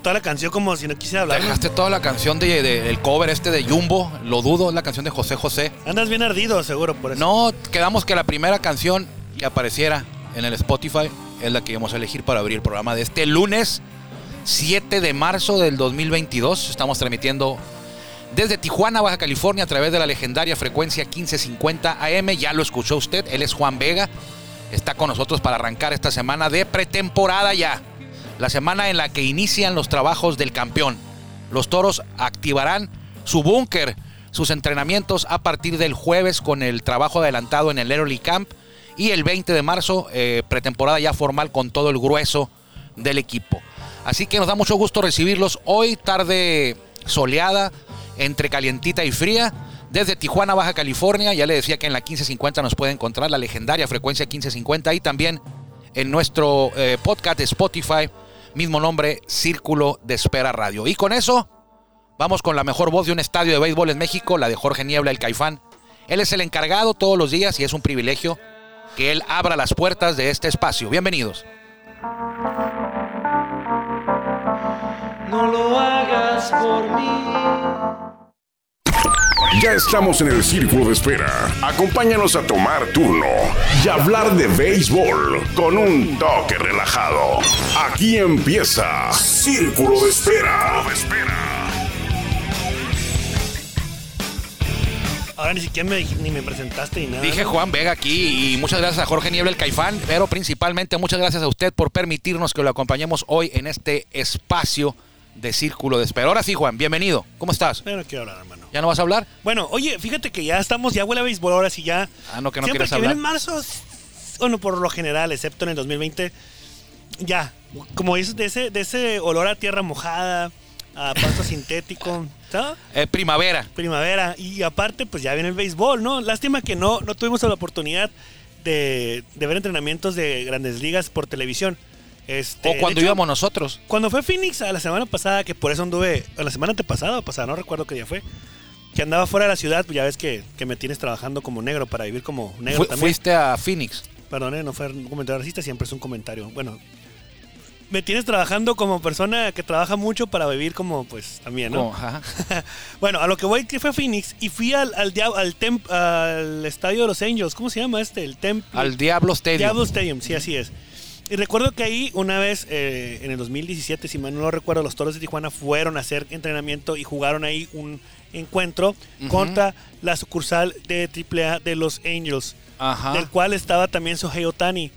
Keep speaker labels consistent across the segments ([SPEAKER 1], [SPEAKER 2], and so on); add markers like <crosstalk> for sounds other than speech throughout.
[SPEAKER 1] toda la canción como si no quisiera hablar.
[SPEAKER 2] Dejaste toda la canción de, de- del cover este de Jumbo, lo dudo, la canción de José José.
[SPEAKER 1] Andas bien ardido, seguro, por eso.
[SPEAKER 2] No, quedamos que la primera canción que apareciera en el Spotify es la que íbamos a elegir para abrir el programa de este lunes 7 de marzo del 2022. Estamos transmitiendo desde Tijuana, Baja California, a través de la legendaria frecuencia 1550 AM. Ya lo escuchó usted, él es Juan Vega. Está con nosotros para arrancar esta semana de pretemporada ya. La semana en la que inician los trabajos del campeón. Los toros activarán su búnker, sus entrenamientos a partir del jueves con el trabajo adelantado en el Early Camp. Y el 20 de marzo, eh, pretemporada ya formal con todo el grueso del equipo. Así que nos da mucho gusto recibirlos hoy, tarde soleada, entre calientita y fría. Desde Tijuana, Baja California, ya le decía que en la 1550 nos puede encontrar la legendaria frecuencia 1550 y también en nuestro eh, podcast de Spotify, mismo nombre, Círculo de Espera Radio. Y con eso, vamos con la mejor voz de un estadio de béisbol en México, la de Jorge Niebla, el Caifán. Él es el encargado todos los días y es un privilegio que él abra las puertas de este espacio. Bienvenidos.
[SPEAKER 3] No lo hagas por mí.
[SPEAKER 4] Ya estamos en el círculo de espera. Acompáñanos a tomar turno y hablar de béisbol con un toque relajado. Aquí empieza Círculo de Espera.
[SPEAKER 1] Ahora ni siquiera me, dij- ni me presentaste ni nada.
[SPEAKER 2] Dije
[SPEAKER 1] ¿no?
[SPEAKER 2] Juan Vega aquí y muchas gracias a Jorge Niebla el Caifán, pero principalmente muchas gracias a usted por permitirnos que lo acompañemos hoy en este espacio de Círculo de Espera. Ahora sí, Juan, bienvenido. ¿Cómo estás?
[SPEAKER 1] Pero no quiero hablar, hermano.
[SPEAKER 2] ¿Ya no vas a hablar?
[SPEAKER 1] Bueno, oye, fíjate que ya estamos, ya huele a béisbol, ahora sí ya.
[SPEAKER 2] Ah, no, que no
[SPEAKER 1] Siempre
[SPEAKER 2] quieres
[SPEAKER 1] que
[SPEAKER 2] hablar.
[SPEAKER 1] viene en marzo, s- bueno, por lo general, excepto en el 2020, ya, como dices, de ese, de ese olor a tierra mojada, a pasto <laughs> sintético, ¿sabes?
[SPEAKER 2] Eh, primavera.
[SPEAKER 1] primavera. Y aparte, pues ya viene el béisbol, ¿no? Lástima que no, no tuvimos la oportunidad de, de ver entrenamientos de grandes ligas por televisión. Este,
[SPEAKER 2] O cuando
[SPEAKER 1] de hecho,
[SPEAKER 2] íbamos nosotros.
[SPEAKER 1] Cuando fue Phoenix a la semana pasada, que por eso anduve, a la semana antepasada o pasada, no recuerdo qué día fue, que andaba fuera de la ciudad, pues ya ves que, que me tienes trabajando como negro para vivir como negro
[SPEAKER 2] Fui-
[SPEAKER 1] también.
[SPEAKER 2] fuiste a Phoenix.
[SPEAKER 1] Perdón, eh, no fue un comentario racista, siempre es un comentario. Bueno, me tienes trabajando como persona que trabaja mucho para vivir como, pues, también, ¿no?
[SPEAKER 2] Como, ajá.
[SPEAKER 1] <laughs> Bueno, a lo que voy que fue a Phoenix y fui al, al, dia- al, tem- al estadio de los Angels. ¿Cómo se llama este? El Temp
[SPEAKER 2] Al Diablo Stadium.
[SPEAKER 1] Diablo Stadium, sí, así es. Y recuerdo que ahí una vez, eh, en el 2017, si mal no lo recuerdo, los Toros de Tijuana fueron a hacer entrenamiento y jugaron ahí un encuentro contra la sucursal de AAA de los Angels,
[SPEAKER 2] Ajá.
[SPEAKER 1] del cual estaba también Shohei Otani.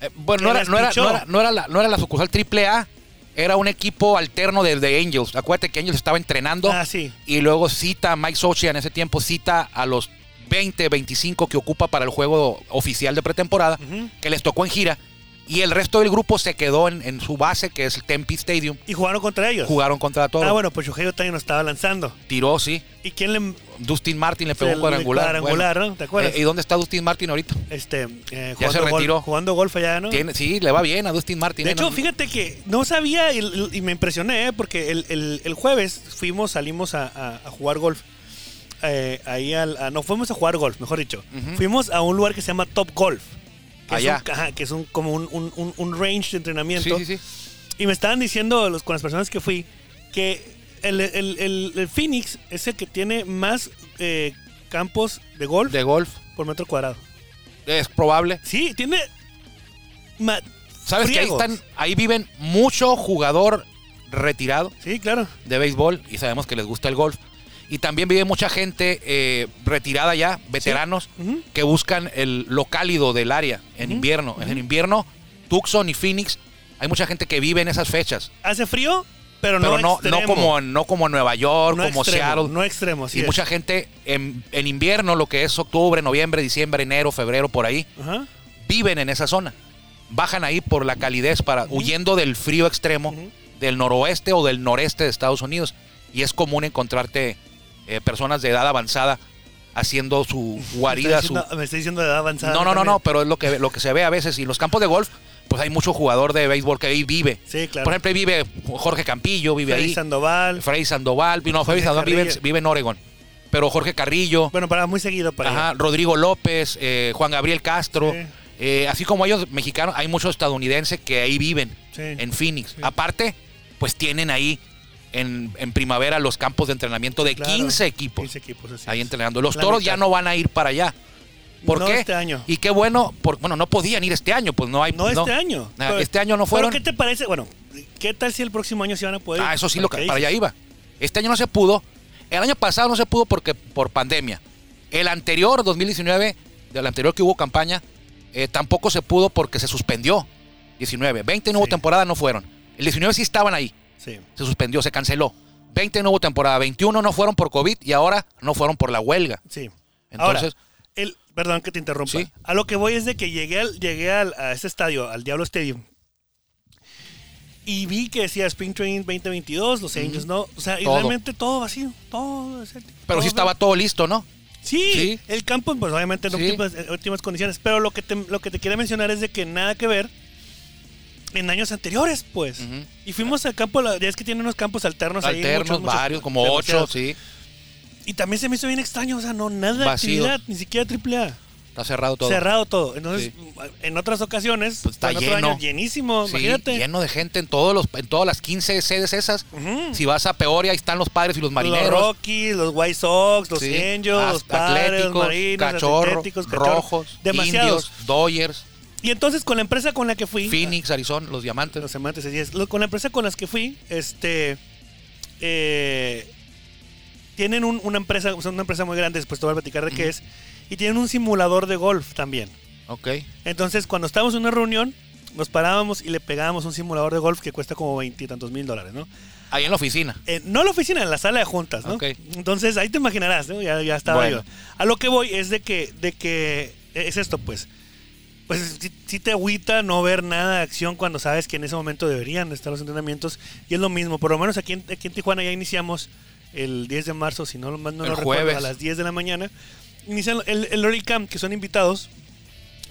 [SPEAKER 2] Eh, bueno, no
[SPEAKER 1] que
[SPEAKER 2] era,
[SPEAKER 1] les
[SPEAKER 2] no, era,
[SPEAKER 1] pichó.
[SPEAKER 2] no era- no era la, no era la sucursal triple A, era un equipo alterno de, de Angels. Acuérdate que Angels estaba entrenando
[SPEAKER 1] Ah, sí.
[SPEAKER 2] y luego cita a Mike Sochi en ese tiempo, cita a los 20, 25 que ocupa para el juego oficial de pretemporada,
[SPEAKER 1] Ujú.
[SPEAKER 2] que les tocó en gira. Y el resto del grupo se quedó en, en su base, que es el Tempe Stadium.
[SPEAKER 1] Y jugaron contra ellos.
[SPEAKER 2] Jugaron contra todos.
[SPEAKER 1] Ah, bueno, pues Shohei Otani no estaba lanzando.
[SPEAKER 2] Tiró, sí.
[SPEAKER 1] ¿Y quién le
[SPEAKER 2] Dustin Martin le pegó
[SPEAKER 1] El
[SPEAKER 2] un cuadrangular.
[SPEAKER 1] cuadrangular, ¿no? ¿Te acuerdas?
[SPEAKER 2] Eh, ¿Y dónde está Dustin Martin ahorita?
[SPEAKER 1] Este, eh, jugando,
[SPEAKER 2] Ya se
[SPEAKER 1] gol-
[SPEAKER 2] retiró.
[SPEAKER 1] jugando golf allá, ¿no?
[SPEAKER 2] Tiene- sí, le va bien a Dustin
[SPEAKER 1] Ah.
[SPEAKER 2] Martin.
[SPEAKER 1] de
[SPEAKER 2] eh, no-
[SPEAKER 1] hecho, fíjate que no sabía y, y me impresioné, ¿eh? porque el, el- el jueves fuimos, salimos a, a- a jugar golf. Eh, ahí al, a- no fuimos a jugar golf, mejor dicho.
[SPEAKER 2] Ujú.
[SPEAKER 1] Fuimos a un lugar que se llama Top Golf. Que
[SPEAKER 2] Allá.
[SPEAKER 1] Es un, ajá, que es un, como un, un- un- un range de
[SPEAKER 2] Sí,
[SPEAKER 1] entrenamiento.
[SPEAKER 2] sí, sí.
[SPEAKER 1] Y me estaban diciendo los, con las personas que fui que el, el- el- el Phoenix es el que tiene más eh, campos de golf
[SPEAKER 2] De golf.
[SPEAKER 1] por metro cuadrado.
[SPEAKER 2] Es probable.
[SPEAKER 1] Sí, tiene. ma-
[SPEAKER 2] ¿Sabes que ahí,
[SPEAKER 1] friegos.
[SPEAKER 2] están, ahí viven mucho jugador retirado
[SPEAKER 1] Sí, claro.
[SPEAKER 2] de béisbol y sabemos que les gusta el golf. Y también vive mucha gente eh, retirada ya, veteranos,
[SPEAKER 1] Ujú.
[SPEAKER 2] que buscan el, lo cálido del área en invierno. En invierno, Tucson y Phoenix, hay mucha gente que vive en esas fechas.
[SPEAKER 1] Hace frío, pero no
[SPEAKER 2] pero no, no,
[SPEAKER 1] extremo.
[SPEAKER 2] como, no como Nueva York,
[SPEAKER 1] No
[SPEAKER 2] como
[SPEAKER 1] extremo,
[SPEAKER 2] Seattle.
[SPEAKER 1] No extremo, sí.
[SPEAKER 2] y
[SPEAKER 1] es.
[SPEAKER 2] mucha gente en, en invierno, lo que es octubre, noviembre, diciembre, enero, febrero, por ahí,
[SPEAKER 1] Ajá.
[SPEAKER 2] viven en esa zona. Bajan ahí por la calidez, para, huyendo del frío extremo
[SPEAKER 1] Ujú.
[SPEAKER 2] del noroeste o del noreste de Estados Unidos. Y es común encontrarte eh, personas de edad avanzada haciendo su guarida,
[SPEAKER 1] Me <laughs> está
[SPEAKER 2] su...
[SPEAKER 1] diciendo- Me está diciendo de edad avanzada.
[SPEAKER 2] No, no, no,
[SPEAKER 1] también.
[SPEAKER 2] no, pero es lo que, lo que se ve a veces. Y los campos de golf, pues hay mucho jugador de béisbol que ahí vive.
[SPEAKER 1] Sí, claro.
[SPEAKER 2] Por ejemplo, ahí vive Jorge Campillo, vive
[SPEAKER 1] Félix
[SPEAKER 2] ahí.
[SPEAKER 1] Sandoval.
[SPEAKER 2] Freddy Sandoval, no, Freddy
[SPEAKER 1] Jorge
[SPEAKER 2] Sandoval vive,
[SPEAKER 1] Carrillo.
[SPEAKER 2] en- vive en Oregon. Pero Jorge Carrillo,
[SPEAKER 1] Bueno, para muy seguido para
[SPEAKER 2] ajá,
[SPEAKER 1] allá.
[SPEAKER 2] Rodrigo López, eh, Juan Gabriel Castro,
[SPEAKER 1] Sí.
[SPEAKER 2] eh, así como ellos mexicanos, hay muchos estadounidenses que ahí viven,
[SPEAKER 1] Sí.
[SPEAKER 2] en Phoenix. Aparte, pues tienen ahí en, en primavera los campos de entrenamiento de
[SPEAKER 1] Claro,
[SPEAKER 2] 15 equipos.
[SPEAKER 1] 15 equipos, así
[SPEAKER 2] ahí
[SPEAKER 1] es.
[SPEAKER 2] entrenando. Los
[SPEAKER 1] La
[SPEAKER 2] toros
[SPEAKER 1] mitad.
[SPEAKER 2] ya no van a ir para allá. ¿Por
[SPEAKER 1] No
[SPEAKER 2] qué?
[SPEAKER 1] este año.
[SPEAKER 2] Y qué bueno, por, bueno, no podían ir este año, pues no hay.
[SPEAKER 1] No, este año.
[SPEAKER 2] Ah,
[SPEAKER 1] Pero-
[SPEAKER 2] este año no fueron.
[SPEAKER 1] ¿Pero qué te parece? Bueno, ¿qué tal si el próximo año se van a poder? ir?
[SPEAKER 2] Ah, eso sí, lo
[SPEAKER 1] ¿Qué
[SPEAKER 2] que, para allá iba. Este año no se pudo. El año pasado no se pudo porque por pandemia. El anterior, 2019, del anterior que hubo campaña, eh, tampoco se pudo porque se suspendió. 19. 20 no hubo
[SPEAKER 1] Sí.
[SPEAKER 2] temporada, no fueron. El 19 sí estaban ahí.
[SPEAKER 1] Sí.
[SPEAKER 2] Se suspendió, se canceló. 20 no hubo temporada. 21 no fueron por COVID y ahora no fueron por la huelga.
[SPEAKER 1] Sí.
[SPEAKER 2] Entonces-
[SPEAKER 1] Ahora, el, perdón que te interrumpa.
[SPEAKER 2] Sí.
[SPEAKER 1] A lo que voy es de que llegué, al, llegué al- a ese estadio, al Diablo Stadium, y vi que decía Spring Training 2022, los Angels, ¿no? O sea, y
[SPEAKER 2] Todo.
[SPEAKER 1] realmente todo vacío, todo. o sea,
[SPEAKER 2] Pero
[SPEAKER 1] todo
[SPEAKER 2] sí estaba todo listo, ¿no?
[SPEAKER 1] Sí,
[SPEAKER 2] Sí.
[SPEAKER 1] el campo, pues obviamente en
[SPEAKER 2] Sí.
[SPEAKER 1] óptimas, en óptimas condiciones. Pero lo que, te, lo que te quería mencionar es de que nada que ver en años anteriores, pues.
[SPEAKER 2] Ujú.
[SPEAKER 1] Y fuimos al campo, la- ya es que tiene unos campos alternos ahí.
[SPEAKER 2] Alternos,
[SPEAKER 1] muchos, muchos,
[SPEAKER 2] varios, como
[SPEAKER 1] demasiados.
[SPEAKER 2] ocho, sí.
[SPEAKER 1] Y también se me hizo bien extraño, o sea, no, nada de
[SPEAKER 2] Vacío.
[SPEAKER 1] actividad, ni siquiera triple A.
[SPEAKER 2] Está cerrado todo.
[SPEAKER 1] Cerrado todo. Entonces,
[SPEAKER 2] Sí.
[SPEAKER 1] en otras ocasiones,
[SPEAKER 2] Pues está
[SPEAKER 1] en otros
[SPEAKER 2] lleno.
[SPEAKER 1] años, llenísimo,
[SPEAKER 2] Sí,
[SPEAKER 1] imagínate.
[SPEAKER 2] lleno de gente en todos los en todas las 15 sedes esas.
[SPEAKER 1] Ujú.
[SPEAKER 2] Si vas a Peoria, ahí están los padres y los marineros.
[SPEAKER 1] Los Rockies, los White Sox, los
[SPEAKER 2] Sí.
[SPEAKER 1] Angels,
[SPEAKER 2] As-
[SPEAKER 1] los Padres,
[SPEAKER 2] atléticos,
[SPEAKER 1] Marinos,
[SPEAKER 2] cachorros,
[SPEAKER 1] Atléticos, Cachorros.
[SPEAKER 2] rojos,
[SPEAKER 1] demasiados.
[SPEAKER 2] indios, Dodgers,
[SPEAKER 1] Y entonces con la empresa con la que fui, Ah,
[SPEAKER 2] Phoenix, Arizona, los diamantes.
[SPEAKER 1] los amantes, así es. Lo- con la empresa con las que fui, este, eh, tienen un- una empresa, son una empresa muy grande, después te voy a platicar de qué es, y tienen un simulador de golf también.
[SPEAKER 2] ok.
[SPEAKER 1] Entonces, cuando estábamos en una reunión, nos parábamos y le pegábamos un simulador de golf que cuesta como veintitantos mil dólares, ¿no?
[SPEAKER 2] Ahí en la oficina.
[SPEAKER 1] Eh, no en la oficina, en la sala de juntas, ¿no?
[SPEAKER 2] Ok.
[SPEAKER 1] Entonces ahí te imaginarás, ¿no? Ya, ya estaba
[SPEAKER 2] Bueno.
[SPEAKER 1] yo. A lo que voy es de que, de que es esto, pues. Pues sí, sí te agüita no ver nada de acción cuando sabes que en ese momento deberían estar los entrenamientos. Y es lo mismo, por lo menos aquí en, aquí en Tijuana ya iniciamos el 10 de marzo, si no lo más no
[SPEAKER 2] El
[SPEAKER 1] lo
[SPEAKER 2] jueves.
[SPEAKER 1] recuerdo, a las 10 de la mañana. Inician el, el Lori Camp, que son invitados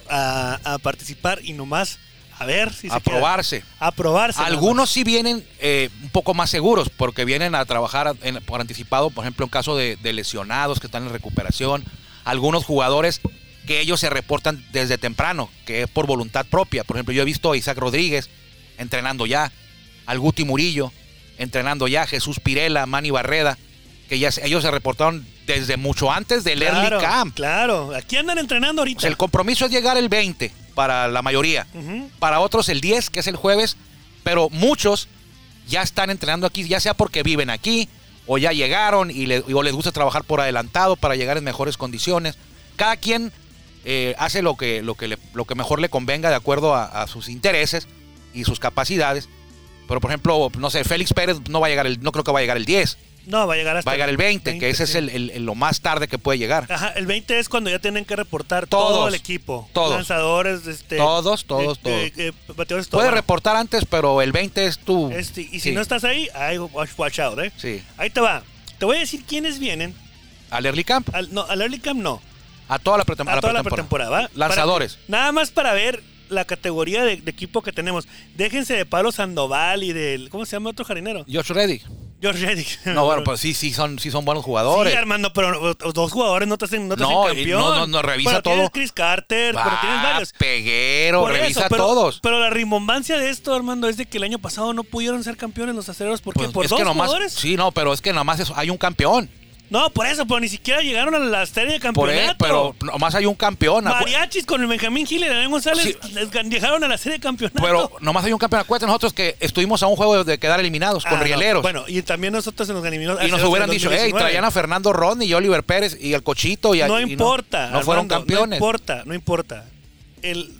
[SPEAKER 1] a, a participar y nomás a ver si se
[SPEAKER 2] a
[SPEAKER 1] quedan.
[SPEAKER 2] probarse.
[SPEAKER 1] A probarse. nada más.
[SPEAKER 2] Algunos sí vienen eh, un poco más seguros porque vienen a trabajar en- por anticipado, por ejemplo, en caso de, de lesionados que están en recuperación. Algunos jugadores que ellos se reportan desde temprano, que es por voluntad propia. Por ejemplo, yo he visto a Isaac Rodríguez entrenando ya, al Guti Murillo entrenando ya, Jesús Pirela, Manny Barreda, que ya se- ellos se reportaron desde mucho antes del
[SPEAKER 1] claro,
[SPEAKER 2] early camp.
[SPEAKER 1] Claro, aquí andan entrenando
[SPEAKER 2] O
[SPEAKER 1] ahorita.
[SPEAKER 2] sea, el compromiso es llegar el 20 para la mayoría
[SPEAKER 1] Ujú.
[SPEAKER 2] para otros el 10, que es el jueves, pero muchos ya están entrenando aquí, ya sea porque viven aquí o ya llegaron y le- o les gusta trabajar por adelantado para llegar en mejores condiciones. Cada quien eh, hace lo que, lo, que le- lo que mejor le convenga de acuerdo a, a sus intereses y sus capacidades. Pero, por ejemplo, no sé, Félix Pérez no va a llegar, el, no creo que va a llegar el 10,
[SPEAKER 1] No, va a llegar hasta
[SPEAKER 2] va a llegar el 20, que ese es
[SPEAKER 1] sí.
[SPEAKER 2] el, el- el- lo más tarde que puede llegar.
[SPEAKER 1] Ajá, el 20 es cuando ya tienen que reportar todo
[SPEAKER 2] Todos,
[SPEAKER 1] el equipo.
[SPEAKER 2] todos.
[SPEAKER 1] Lanzadores, este...
[SPEAKER 2] Todos, todos,
[SPEAKER 1] eh, eh, eh, bateadores, todo.
[SPEAKER 2] Puede
[SPEAKER 1] Bueno,
[SPEAKER 2] reportar antes, pero el 20 es tu...
[SPEAKER 1] este, y si
[SPEAKER 2] sí,
[SPEAKER 1] no estás ahí, ahí watch, watch out, ¿eh?
[SPEAKER 2] Sí,
[SPEAKER 1] Ahí te va. Te voy a decir quiénes vienen.
[SPEAKER 2] al early camp.
[SPEAKER 1] Al, no, al early camp no.
[SPEAKER 2] A toda la pretemporada.
[SPEAKER 1] A toda la pretemporada, ¿va?
[SPEAKER 2] Lanzadores.
[SPEAKER 1] Para- nada más para ver la categoría de, de equipo que tenemos. Déjense de Pablo Sandoval y del... ¿Cómo se llama otro jardinero? <laughs>
[SPEAKER 2] Josh Reddick.
[SPEAKER 1] George Reddick.
[SPEAKER 2] No, bueno, pues sí, sí son, sí son buenos jugadores.
[SPEAKER 1] Sí, Armando, pero o- o dos jugadores no te hacen, no te
[SPEAKER 2] No,
[SPEAKER 1] hacen
[SPEAKER 2] y
[SPEAKER 1] campeón.
[SPEAKER 2] no, no, no, revisa
[SPEAKER 1] Pero tienes
[SPEAKER 2] todo.
[SPEAKER 1] Chris Carter, pero tienes
[SPEAKER 2] Va,
[SPEAKER 1] varios.
[SPEAKER 2] Peguero,
[SPEAKER 1] Por eso,
[SPEAKER 2] revisa
[SPEAKER 1] pero,
[SPEAKER 2] todos.
[SPEAKER 1] Pero la rimbombancia de esto, Armando, es de que el año pasado no pudieron ser campeones los acereros. ¿Por qué?
[SPEAKER 2] Pues,
[SPEAKER 1] ¿Por
[SPEAKER 2] es
[SPEAKER 1] dos
[SPEAKER 2] que nomás,
[SPEAKER 1] jugadores?
[SPEAKER 2] Sí, no, pero es que nomás es- hay un campeón.
[SPEAKER 1] No, por eso, pero ni siquiera llegaron a la serie de
[SPEAKER 2] Por él,
[SPEAKER 1] campeonato.
[SPEAKER 2] pero nomás hay un campeón. acu-
[SPEAKER 1] Mariachis con el Benjamín Gil y Daniel González
[SPEAKER 2] Sí.
[SPEAKER 1] les gan- llegaron a la serie de campeonato.
[SPEAKER 2] Pero nomás hay un campeón. Acuérdate nosotros que estuvimos a un juego de quedar eliminados
[SPEAKER 1] Ah,
[SPEAKER 2] con
[SPEAKER 1] no.
[SPEAKER 2] rieleros.
[SPEAKER 1] Bueno, y también nosotros se nos eliminó.
[SPEAKER 2] y nos
[SPEAKER 1] Acereros
[SPEAKER 2] hubieran
[SPEAKER 1] en
[SPEAKER 2] dicho, hey,
[SPEAKER 1] 2019".
[SPEAKER 2] traían a Fernando Rodney y Oliver Pérez y al Cochito. Y a-
[SPEAKER 1] no
[SPEAKER 2] y
[SPEAKER 1] importa.
[SPEAKER 2] No, fueron
[SPEAKER 1] Armando,
[SPEAKER 2] campeones.
[SPEAKER 1] No importa, no importa. El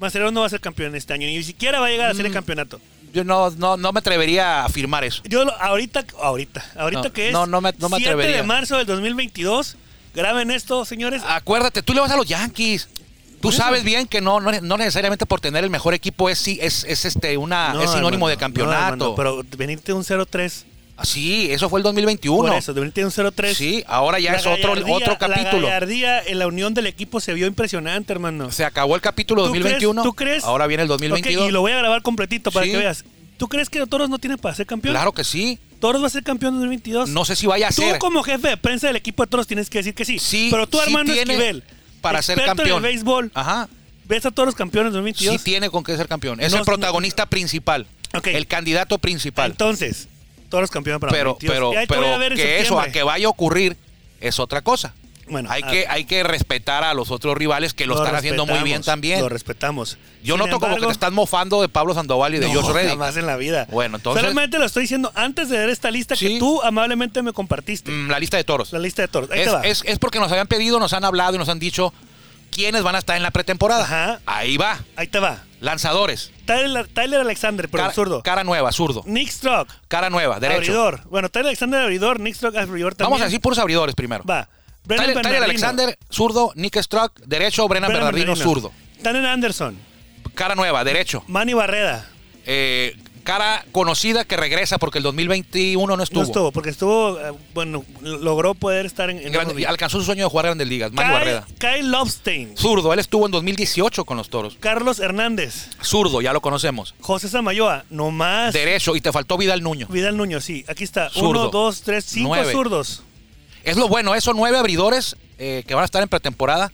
[SPEAKER 1] Macerero no va a ser campeón este año, ni siquiera va a llegar a
[SPEAKER 2] Mm.
[SPEAKER 1] ser el campeonato.
[SPEAKER 2] Yo no, no, no me atrevería a afirmar eso.
[SPEAKER 1] Yo lo- ahorita, ahorita, ahorita
[SPEAKER 2] No,
[SPEAKER 1] que es
[SPEAKER 2] no, no me- no me
[SPEAKER 1] 7 de
[SPEAKER 2] atrevería. Ah,
[SPEAKER 1] marzo del 2022, graben esto, señores.
[SPEAKER 2] Acuérdate, tú le vas a los Yankees. Tú
[SPEAKER 1] Por eso.
[SPEAKER 2] sabes bien que no, no, no necesariamente por tener el mejor equipo es, sí, es, es, este, una,
[SPEAKER 1] No,
[SPEAKER 2] es sinónimo
[SPEAKER 1] hermano,
[SPEAKER 2] de
[SPEAKER 1] no,
[SPEAKER 2] campeonato.
[SPEAKER 1] hermano, pero venirte un 0-3,
[SPEAKER 2] Ah, sí, eso fue el
[SPEAKER 1] por
[SPEAKER 2] 2021.
[SPEAKER 1] eso, de venirte un 0-3.
[SPEAKER 2] Sí, ahora ya
[SPEAKER 1] La
[SPEAKER 2] es otro,
[SPEAKER 1] gallardía-
[SPEAKER 2] otro capítulo.
[SPEAKER 1] La gallardía en la unión del equipo se vio impresionante, hermano.
[SPEAKER 2] Se acabó el capítulo
[SPEAKER 1] ¿Tú crees-
[SPEAKER 2] 2021.
[SPEAKER 1] ¿Tú crees?
[SPEAKER 2] Ahora viene el
[SPEAKER 1] Ok,
[SPEAKER 2] 2022.
[SPEAKER 1] y lo voy a grabar completito para
[SPEAKER 2] Sí.
[SPEAKER 1] que veas. ¿Tú crees que Toros no tiene para ser campeón?
[SPEAKER 2] claro que sí.
[SPEAKER 1] Toros va a ser campeón en 2022.
[SPEAKER 2] No sé si vaya a
[SPEAKER 1] Tú
[SPEAKER 2] ser.
[SPEAKER 1] como jefe de prensa del equipo de Toros tienes que decir que sí.
[SPEAKER 2] Sí,
[SPEAKER 1] Pero tú,
[SPEAKER 2] sí
[SPEAKER 1] Armando
[SPEAKER 2] tiene
[SPEAKER 1] Esquivel,
[SPEAKER 2] para ser
[SPEAKER 1] experto en
[SPEAKER 2] campeón.
[SPEAKER 1] el béisbol,
[SPEAKER 2] Ajá.
[SPEAKER 1] ves a todos los campeones en
[SPEAKER 2] Sí
[SPEAKER 1] 2022.
[SPEAKER 2] tiene con qué ser campeón. Es
[SPEAKER 1] No,
[SPEAKER 2] el protagonista principal.
[SPEAKER 1] Ok.
[SPEAKER 2] El candidato principal.
[SPEAKER 1] Entonces, todos los campeones para
[SPEAKER 2] pero
[SPEAKER 1] 22.
[SPEAKER 2] pero,
[SPEAKER 1] Ya te voy a
[SPEAKER 2] pero
[SPEAKER 1] ver en
[SPEAKER 2] que eso a
[SPEAKER 1] septiembre.
[SPEAKER 2] que vaya a ocurrir es otra cosa.
[SPEAKER 1] Bueno,
[SPEAKER 2] hay,
[SPEAKER 1] a-
[SPEAKER 2] que, hay que respetar a los otros rivales que lo, están haciendo muy bien
[SPEAKER 1] respetamos,
[SPEAKER 2] también.
[SPEAKER 1] Lo respetamos.
[SPEAKER 2] Yo
[SPEAKER 1] Sin
[SPEAKER 2] noto como que
[SPEAKER 1] embargo,
[SPEAKER 2] te están mofando de Pablo Sandoval y de
[SPEAKER 1] no,
[SPEAKER 2] George Reddy.
[SPEAKER 1] jamás en la vida.
[SPEAKER 2] Bueno, entonces-
[SPEAKER 1] Solamente lo estoy diciendo antes de ver esta lista
[SPEAKER 2] Sí.
[SPEAKER 1] que tú amablemente me compartiste.
[SPEAKER 2] Mm, la lista de toros.
[SPEAKER 1] La lista de toros. Ahí
[SPEAKER 2] es,
[SPEAKER 1] te va.
[SPEAKER 2] es- es porque nos habían pedido, nos han hablado y nos han dicho quiénes van a estar en la pretemporada.
[SPEAKER 1] Ajá.
[SPEAKER 2] Ahí va.
[SPEAKER 1] Ahí te va.
[SPEAKER 2] Lanzadores.
[SPEAKER 1] Tyler, Tyler Alexander, pero
[SPEAKER 2] Cara-
[SPEAKER 1] el zurdo.
[SPEAKER 2] Cara nueva, zurdo.
[SPEAKER 1] Nick Strock,
[SPEAKER 2] Cara nueva, derecho.
[SPEAKER 1] abridor. Bueno, Tyler Alexander, abridor. Nick Strock, abridor también.
[SPEAKER 2] Vamos a decir puros abridores primero.
[SPEAKER 1] Va. Brennan
[SPEAKER 2] Tyler, Tyler
[SPEAKER 1] Bernardino.
[SPEAKER 2] Alexander, zurdo. Nick Struck, derecho. Brennan
[SPEAKER 1] Brennan
[SPEAKER 2] Bernardino, zurdo.
[SPEAKER 1] Tannen Anderson.
[SPEAKER 2] Cara nueva, derecho.
[SPEAKER 1] Manny Barreda.
[SPEAKER 2] Eh, cara conocida que regresa porque el 2021 no estuvo.
[SPEAKER 1] No estuvo, porque estuvo, eh, bueno, logró poder estar en... en
[SPEAKER 2] Gran-
[SPEAKER 1] Ojo.
[SPEAKER 2] alcanzó su sueño de jugar Grandes Ligas. Manu
[SPEAKER 1] Kyle,
[SPEAKER 2] Barreda.
[SPEAKER 1] Kyle Lobstein.
[SPEAKER 2] Zurdo. Él estuvo en 2018 con los toros.
[SPEAKER 1] Carlos Hernández.
[SPEAKER 2] Zurdo, ya lo conocemos.
[SPEAKER 1] José Samayoa, nomás.
[SPEAKER 2] Derecho. Y te faltó Vidal Nuño.
[SPEAKER 1] Vidal Nuño, sí. Aquí está.
[SPEAKER 2] Zurdo.
[SPEAKER 1] Uno, dos, tres, cinco
[SPEAKER 2] Nueve.
[SPEAKER 1] zurdos.
[SPEAKER 2] Es lo bueno, esos nueve abridores eh, que van a estar en pretemporada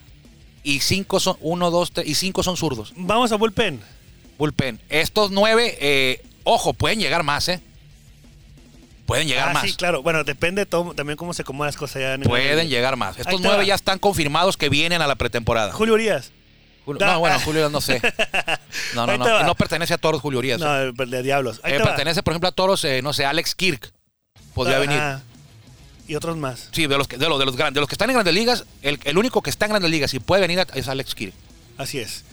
[SPEAKER 2] y cinco son uno, dos, tres, y cinco son zurdos.
[SPEAKER 1] Vamos a bullpen.
[SPEAKER 2] Bullpen. Estos nueve, eh, ojo, pueden llegar más, ¿eh? Pueden llegar
[SPEAKER 1] ah,
[SPEAKER 2] más.
[SPEAKER 1] sí, claro. Bueno, depende todo- también cómo se coman las cosas ya. en-
[SPEAKER 2] Pueden llegar más. Estos
[SPEAKER 1] está.
[SPEAKER 2] nueve ya están confirmados que vienen a la pretemporada.
[SPEAKER 1] Julio Urias.
[SPEAKER 2] Julio-
[SPEAKER 1] Da- <laughs>
[SPEAKER 2] no, bueno, Julio Urias no sé. No, no,
[SPEAKER 1] Ahí te va.
[SPEAKER 2] no. No pertenece a Toros Julio Urias.
[SPEAKER 1] No, de, de diablos. Ahí
[SPEAKER 2] Eh,
[SPEAKER 1] te va.
[SPEAKER 2] pertenece, por ejemplo, a Toros, eh, no sé, Alex Kirk. Podría
[SPEAKER 1] Ajá.
[SPEAKER 2] venir.
[SPEAKER 1] Ah, Y otros más.
[SPEAKER 2] Sí, de los, que- de, los, de, los grandes, de los que están en grandes ligas, el, el único que está en grandes ligas y puede venir es Alex Kirk.
[SPEAKER 1] Así es.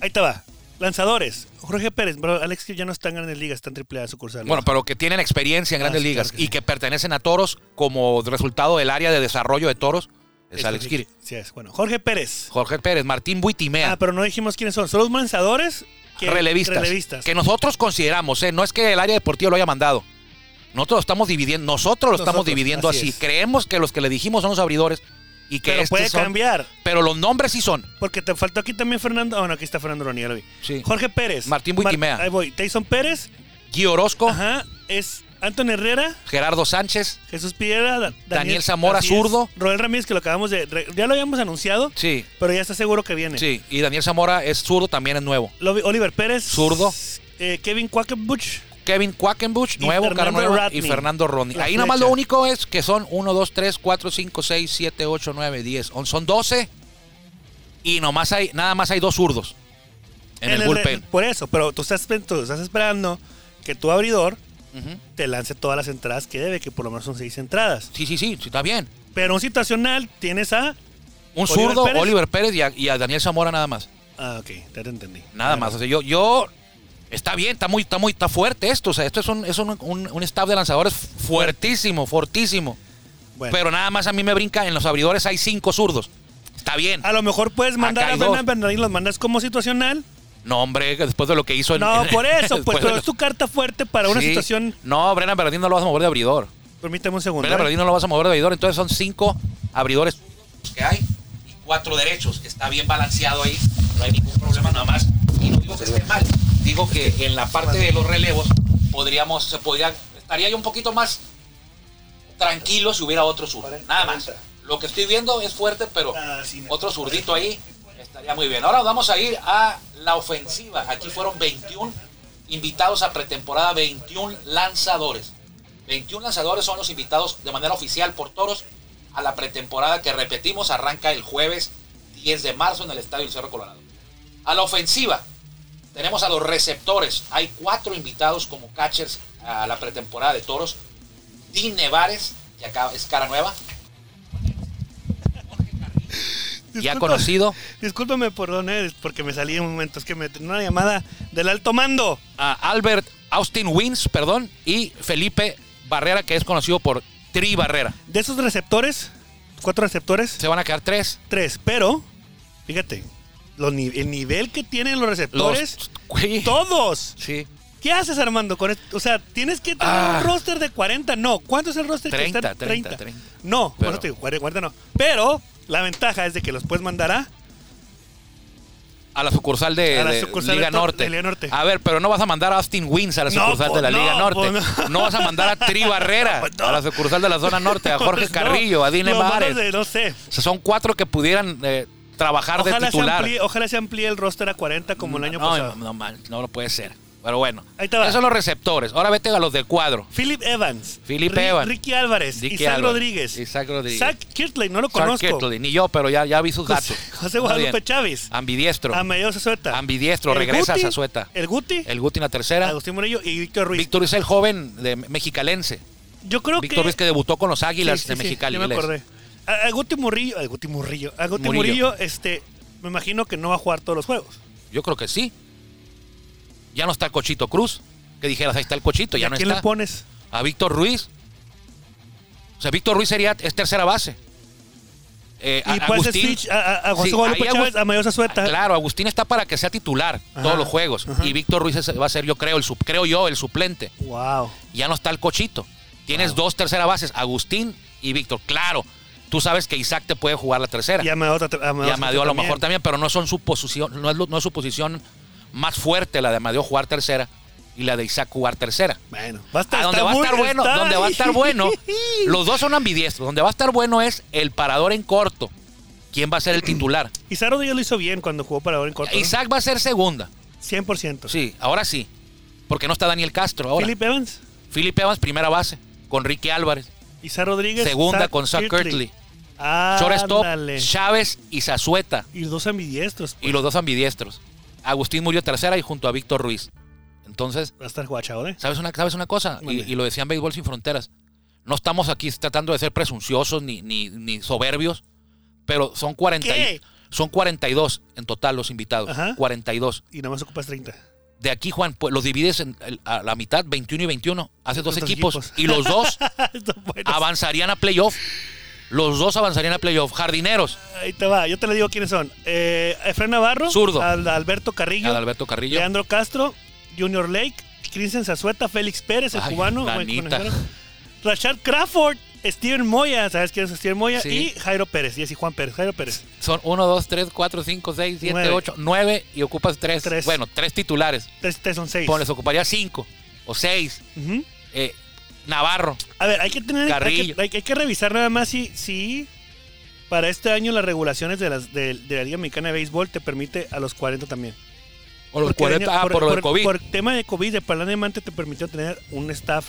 [SPEAKER 1] Ahí te va. Lanzadores. Jorge Pérez. Bro, Alex Kirk ya no está en Grandes Ligas, está en AAA sucursal.
[SPEAKER 2] Bueno, pero que tienen experiencia en
[SPEAKER 1] Ah,
[SPEAKER 2] grandes
[SPEAKER 1] sí,
[SPEAKER 2] ligas
[SPEAKER 1] claro que
[SPEAKER 2] y
[SPEAKER 1] sí.
[SPEAKER 2] que pertenecen a toros como resultado del área de desarrollo de toros es,
[SPEAKER 1] Este
[SPEAKER 2] Alex
[SPEAKER 1] sí,
[SPEAKER 2] Kiri.
[SPEAKER 1] Así es. Bueno, Jorge Pérez.
[SPEAKER 2] Jorge Pérez, Martín Buitimea,
[SPEAKER 1] Ah, pero no dijimos quiénes son. Son los lanzadores. que-
[SPEAKER 2] relevistas,
[SPEAKER 1] Relevistas.
[SPEAKER 2] Que nosotros consideramos, ¿eh? no es que el área deportiva lo haya mandado. Nosotros lo estamos dividiendo, nosotros lo estamos
[SPEAKER 1] Nosotros,
[SPEAKER 2] dividiendo
[SPEAKER 1] así
[SPEAKER 2] así.
[SPEAKER 1] es.
[SPEAKER 2] Creemos que los que le dijimos son los abridores y que
[SPEAKER 1] pero
[SPEAKER 2] estos
[SPEAKER 1] puede
[SPEAKER 2] son-
[SPEAKER 1] cambiar.
[SPEAKER 2] Pero los nombres sí son.
[SPEAKER 1] Porque te faltó aquí también Fernando. Ah, bueno, aquí está Fernando Ronía, lo vi.
[SPEAKER 2] Sí.
[SPEAKER 1] Jorge Pérez.
[SPEAKER 2] Martín Oh. Buitimea.
[SPEAKER 1] ahí voy. Tyson Pérez.
[SPEAKER 2] Gui Orozco,
[SPEAKER 1] Ajá. Es Anton Herrera.
[SPEAKER 2] Gerardo Sánchez,
[SPEAKER 1] Jesús Piedra. Da- Daniel,
[SPEAKER 2] Zamora,
[SPEAKER 1] así es.
[SPEAKER 2] zurdo.
[SPEAKER 1] Roel Ramírez, que lo acabamos de. re- Ya lo habíamos anunciado.
[SPEAKER 2] sí,
[SPEAKER 1] Pero ya está seguro que viene.
[SPEAKER 2] sí, y Daniel Zamora es zurdo, también es nuevo.
[SPEAKER 1] Lo vi- Oliver Pérez.
[SPEAKER 2] Zurdo.
[SPEAKER 1] eh, Kevin Quackenbush.
[SPEAKER 2] Kevin Quackenbush,
[SPEAKER 1] Y
[SPEAKER 2] nuevo, cara
[SPEAKER 1] Fernando
[SPEAKER 2] nueva,
[SPEAKER 1] Rodney.
[SPEAKER 2] y Fernando Rodney.
[SPEAKER 1] La
[SPEAKER 2] Ahí nada más
[SPEAKER 1] flecha.
[SPEAKER 2] lo único es que son 1, 2, 3, 4, 5, 6, 7, 8, 9, 10, on- son 12 y nomás hay, nada más hay dos zurdos en, el,
[SPEAKER 1] re-
[SPEAKER 2] bullpen.
[SPEAKER 1] Por eso, pero tú estás, tú estás esperando que tu abridor
[SPEAKER 2] Ujú.
[SPEAKER 1] te lance todas las entradas que debe, que por lo menos son seis entradas.
[SPEAKER 2] Sí, sí, sí, sí, está bien.
[SPEAKER 1] Pero un situacional tienes a.
[SPEAKER 2] Un
[SPEAKER 1] Oliver
[SPEAKER 2] zurdo,
[SPEAKER 1] Pérez.
[SPEAKER 2] Oliver Pérez y a, y a Daniel Zamora nada más.
[SPEAKER 1] Ah, ok, ya te entendí.
[SPEAKER 2] Nada más. O sea, yo, yo, está bien, está muy, está muy, está fuerte esto. O sea, esto es un, es un, un- un staff de lanzadores fuertísimo, fortísimo.
[SPEAKER 1] Bueno.
[SPEAKER 2] Pero nada más a mí me brinca, en los abridores hay cinco zurdos. Está bien.
[SPEAKER 1] A lo mejor puedes mandar
[SPEAKER 2] Acá
[SPEAKER 1] a
[SPEAKER 2] hay dos.
[SPEAKER 1] Fernán Bernardino, los mandas como situacional.
[SPEAKER 2] No, hombre, que después de lo que hizo en-
[SPEAKER 1] No,
[SPEAKER 2] <laughs> en-
[SPEAKER 1] por eso,
[SPEAKER 2] después
[SPEAKER 1] pues,
[SPEAKER 2] de
[SPEAKER 1] pero
[SPEAKER 2] lo-
[SPEAKER 1] es tu carta fuerte para una
[SPEAKER 2] Sí.
[SPEAKER 1] situación.
[SPEAKER 2] No, Brennan Bernardino no lo vas a mover de abridor.
[SPEAKER 1] Permíteme un segundo.
[SPEAKER 2] Brennan
[SPEAKER 1] ¿eh?
[SPEAKER 2] Bernardino no lo vas a mover de abridor. Entonces son cinco abridores que hay y cuatro derechos. Está bien balanceado ahí. No hay ningún problema nada más. Y no digo que esté mal. Digo que en la parte de los relevos podríamos, se podría, estaría yo un poquito más tranquilo si hubiera otro sur. Nada más. Lo que estoy viendo es fuerte, pero
[SPEAKER 1] Ah, sí, no.
[SPEAKER 2] otro zurdito ahí estaría muy bien. Ahora vamos a ir a la ofensiva. Aquí fueron 21 invitados a pretemporada, 21 lanzadores. 21 lanzadores son los invitados de manera oficial por Toros a la pretemporada que repetimos arranca el jueves 10 de marzo en el Estadio El Cerro Colorado. A la ofensiva tenemos a los receptores. Hay cuatro invitados como catchers a la pretemporada de Toros. Dean Nevares, que acá es cara nueva. Ya
[SPEAKER 1] Disculpa-
[SPEAKER 2] conocido.
[SPEAKER 1] <laughs> Discúlpame, perdón, eh, porque me salí un momento. Es que me tenía una llamada del alto mando.
[SPEAKER 2] a Albert Austin Wins, perdón, y Felipe Barrera, que es conocido por Tri Barrera.
[SPEAKER 1] De esos receptores, cuatro receptores,
[SPEAKER 2] Se van a quedar tres.
[SPEAKER 1] tres, pero, fíjate, los ni- el nivel que tienen los
[SPEAKER 2] Los,
[SPEAKER 1] receptores,
[SPEAKER 2] güey,
[SPEAKER 1] todos.
[SPEAKER 2] sí,
[SPEAKER 1] ¿Qué haces, Armando? Con esto? O sea, tienes que tener
[SPEAKER 2] Ah.
[SPEAKER 1] un roster de 40. No, ¿cuánto es el roster? que
[SPEAKER 2] 30,
[SPEAKER 1] está?
[SPEAKER 2] 30, 30.
[SPEAKER 1] No, por
[SPEAKER 2] Pero-
[SPEAKER 1] eso te digo, 40, 40 no. Pero la ventaja es de que los puedes mandar a...
[SPEAKER 2] a la sucursal de,
[SPEAKER 1] A la
[SPEAKER 2] de
[SPEAKER 1] sucursal
[SPEAKER 2] Liga
[SPEAKER 1] de to-
[SPEAKER 2] Norte.
[SPEAKER 1] de Liga Norte.
[SPEAKER 2] A ver, pero no vas a mandar a Austin Wins a la
[SPEAKER 1] No,
[SPEAKER 2] sucursal
[SPEAKER 1] pues,
[SPEAKER 2] de la Liga
[SPEAKER 1] no,
[SPEAKER 2] Norte.
[SPEAKER 1] pues,
[SPEAKER 2] no.
[SPEAKER 1] no.
[SPEAKER 2] vas a mandar a Tri Barrera
[SPEAKER 1] Pues, <laughs> no.
[SPEAKER 2] a la sucursal de la zona norte, a Jorge
[SPEAKER 1] Pues, <laughs> no,
[SPEAKER 2] Carrillo, a Dine
[SPEAKER 1] lo mandas
[SPEAKER 2] Mares.
[SPEAKER 1] de, No sé.
[SPEAKER 2] O sea, son cuatro que pudieran eh, trabajar de
[SPEAKER 1] Ojalá se,
[SPEAKER 2] titular. Mm,
[SPEAKER 1] amplíe, ojalá se amplíe el roster a 40 como el año
[SPEAKER 2] no,
[SPEAKER 1] pasado.
[SPEAKER 2] no, man, no lo puede ser. Pero bueno,
[SPEAKER 1] Ahí te va.
[SPEAKER 2] esos son los receptores. Ahora vete a los del cuadro.
[SPEAKER 1] Philip Evans.
[SPEAKER 2] Philip
[SPEAKER 1] Ri-
[SPEAKER 2] Evans.
[SPEAKER 1] Ricky Álvarez.
[SPEAKER 2] Ricky
[SPEAKER 1] Isaac
[SPEAKER 2] Álvarez,
[SPEAKER 1] Rodríguez.
[SPEAKER 2] Isaac Rodríguez.
[SPEAKER 1] Zach Kirtley, no lo
[SPEAKER 2] Zach
[SPEAKER 1] conozco.
[SPEAKER 2] Kirtley, Ni yo, pero ya, ya vi sus
[SPEAKER 1] José-
[SPEAKER 2] datos.
[SPEAKER 1] José
[SPEAKER 2] Muy
[SPEAKER 1] Guadalupe
[SPEAKER 2] bien.
[SPEAKER 1] Chávez.
[SPEAKER 2] Ambidiestro.
[SPEAKER 1] Amadeo Zazueta.
[SPEAKER 2] Ambidiestro,
[SPEAKER 1] El
[SPEAKER 2] regresa
[SPEAKER 1] Guti,
[SPEAKER 2] Zazueta.
[SPEAKER 1] El Guti.
[SPEAKER 2] el Guti en la tercera.
[SPEAKER 1] Agustín Murillo y Víctor Ruiz.
[SPEAKER 2] Víctor Ruiz, el joven de mexicalense.
[SPEAKER 1] Yo creo que.
[SPEAKER 2] Víctor Ruiz que debutó con los Águilas
[SPEAKER 1] Sí,
[SPEAKER 2] de
[SPEAKER 1] sí, sí, ya
[SPEAKER 2] Mexicali.
[SPEAKER 1] me
[SPEAKER 2] él es.
[SPEAKER 1] acordé. A, a Guti Murillo. A Guti Murillo. A Guti
[SPEAKER 2] Murillo.
[SPEAKER 1] Murillo. este. Me imagino que no va a jugar todos los juegos.
[SPEAKER 2] Yo creo que sí. Ya no está Cochito Cruz. Que dijeras, ahí está el Cochito, ya
[SPEAKER 1] ¿A
[SPEAKER 2] no
[SPEAKER 1] quién
[SPEAKER 2] está.
[SPEAKER 1] le pones?
[SPEAKER 2] A Víctor Ruiz. O sea, Víctor Ruiz sería, es tercera base. Eh,
[SPEAKER 1] Y
[SPEAKER 2] a-
[SPEAKER 1] puedes
[SPEAKER 2] Agustín-
[SPEAKER 1] switch a, a- a José
[SPEAKER 2] Sí,
[SPEAKER 1] Guadalupe
[SPEAKER 2] ahí Agus-
[SPEAKER 1] Chávez, a Amadeo Zazueta.
[SPEAKER 2] Claro, Agustín está para que sea titular
[SPEAKER 1] Ajá,
[SPEAKER 2] todos los juegos.
[SPEAKER 1] ajá.
[SPEAKER 2] Y Víctor Ruiz es- va a ser, yo creo, el sub- creo yo, el suplente.
[SPEAKER 1] Wow.
[SPEAKER 2] Ya no está el cochito. Tienes dos terceras bases, Agustín y Víctor. Claro, tú sabes que Isaac te puede jugar la tercera.
[SPEAKER 1] Y Amadeo, otra- Amadeo
[SPEAKER 2] Y Amadeo a lo mejor
[SPEAKER 1] también.
[SPEAKER 2] también, pero no son su posición, no es, lo- no es su posición más fuerte la de Amadeo jugar tercera y la de Isaac jugar tercera.
[SPEAKER 1] Bueno, va a estar,
[SPEAKER 2] A donde
[SPEAKER 1] está
[SPEAKER 2] va a
[SPEAKER 1] muy-
[SPEAKER 2] estar bueno,
[SPEAKER 1] está-
[SPEAKER 2] donde va a
[SPEAKER 1] <laughs>
[SPEAKER 2] estar bueno, los dos son ambidiestros. Donde va a estar bueno es el parador en corto. ¿Quién va a ser el titular?
[SPEAKER 1] Isaac Rodríguez lo hizo bien cuando jugó para ahora en <clears throat> corto. ¿no?
[SPEAKER 2] Isaac va a ser segunda.
[SPEAKER 1] 100%.
[SPEAKER 2] Sí, ahora sí. Porque no está Daniel Castro ahora.
[SPEAKER 1] Philip Evans,
[SPEAKER 2] Philip Evans, primera base, con Ricky Álvarez.
[SPEAKER 1] Isaac Rodríguez.
[SPEAKER 2] Segunda con Zach Kirtley. Shortstop,
[SPEAKER 1] Ándale.
[SPEAKER 2] Chávez y Zazueta.
[SPEAKER 1] Y dos ambidiestros.
[SPEAKER 2] Y los dos ambidiestros. Agustín Murillo tercera y junto a Víctor Ruiz. Entonces,
[SPEAKER 1] Va a estar guachado, ¿eh?
[SPEAKER 2] ¿sabes una, sabes una cosa? Y,
[SPEAKER 1] Mande.
[SPEAKER 2] y lo decían Béisbol Sin Fronteras. No estamos aquí tratando de ser presunciosos ni, ni, ni soberbios, pero son 40 y-
[SPEAKER 1] ¿Qué?
[SPEAKER 2] son 42 en total los invitados.
[SPEAKER 1] Ajá.
[SPEAKER 2] 42.
[SPEAKER 1] Y nomás ocupas <laughs> 30.
[SPEAKER 2] de aquí, Juan, pues los divides en, el- a la mitad, 21 y 21, haces dos
[SPEAKER 1] Dos
[SPEAKER 2] equipos,
[SPEAKER 1] equipos.
[SPEAKER 2] y
[SPEAKER 1] <laughs>
[SPEAKER 2] los dos
[SPEAKER 1] Están buenos.
[SPEAKER 2] Ah, avanzarían a playoff. Los dos avanzarían a playoff. Jardineros,
[SPEAKER 1] Ahí te va. Yo te le digo quiénes son. Eh, Efraín Navarro.
[SPEAKER 2] Zurdo.
[SPEAKER 1] Al- Alberto Carrillo.
[SPEAKER 2] Adalberto Carrillo,
[SPEAKER 1] Leandro Castro. Junior Lake. Cristian Zazueta. Félix Pérez, el
[SPEAKER 2] Ay,
[SPEAKER 1] cubano.
[SPEAKER 2] la
[SPEAKER 1] bueno,
[SPEAKER 2] neta.
[SPEAKER 1] conejero. Rashad Crawford. Steven Moya. ¿Sabes quién es Steven Moya?
[SPEAKER 2] Sí.
[SPEAKER 1] Y Jairo Pérez. Y así Juan Pérez. Jairo Pérez.
[SPEAKER 2] son 1, 2, 3, 4, 5, 6, 7,
[SPEAKER 1] Nueve.
[SPEAKER 2] 8, 9 y ocupas 3.
[SPEAKER 1] Tres.
[SPEAKER 2] Bueno, 3 titulares.
[SPEAKER 1] Tres, tres son seis.
[SPEAKER 2] Pues les ocuparía 5 o 6.
[SPEAKER 1] Ujú.
[SPEAKER 2] Navarro,
[SPEAKER 1] A ver, hay que tener. Hay
[SPEAKER 2] Carrillo.
[SPEAKER 1] que, hay, hay que revisar nada más si, si para este año las regulaciones de, las, de, de la Liga Mexicana de Béisbol te permite a los 40 también.
[SPEAKER 2] o los
[SPEAKER 1] Porque el
[SPEAKER 2] 40,
[SPEAKER 1] año-
[SPEAKER 2] ah, por, lo del COVID.
[SPEAKER 1] Por el tema de COVID, de Plan de Mante te permitió tener un staff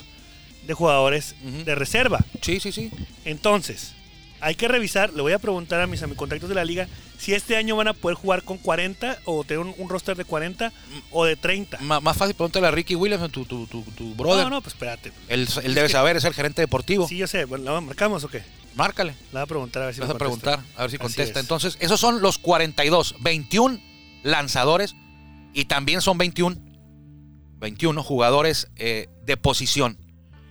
[SPEAKER 1] de jugadores
[SPEAKER 2] Ujú.
[SPEAKER 1] de reserva.
[SPEAKER 2] sí, sí, sí.
[SPEAKER 1] Entonces, hay que revisar. Le voy a preguntar a mis, a mis contactos de la liga si este año van a poder jugar con 40 o tener un, un roster de 40
[SPEAKER 2] Mm.
[SPEAKER 1] o de 30.
[SPEAKER 2] Má- más fácil pregúntale a Ricky Williams, tu, tu, tu, tu brother.
[SPEAKER 1] No, no, pues espérate.
[SPEAKER 2] Él, él debe saber, es el gerente deportivo.
[SPEAKER 1] Sí, yo sé. Bueno, ¿La marcamos o qué?
[SPEAKER 2] Márcale.
[SPEAKER 1] La voy a preguntar a ver si
[SPEAKER 2] Vas
[SPEAKER 1] me
[SPEAKER 2] a
[SPEAKER 1] contesta.
[SPEAKER 2] preguntar, a ver si
[SPEAKER 1] Así
[SPEAKER 2] contesta.
[SPEAKER 1] es.
[SPEAKER 2] Entonces, esos son los 42, 21 lanzadores y también son 21, 21 jugadores eh, de posición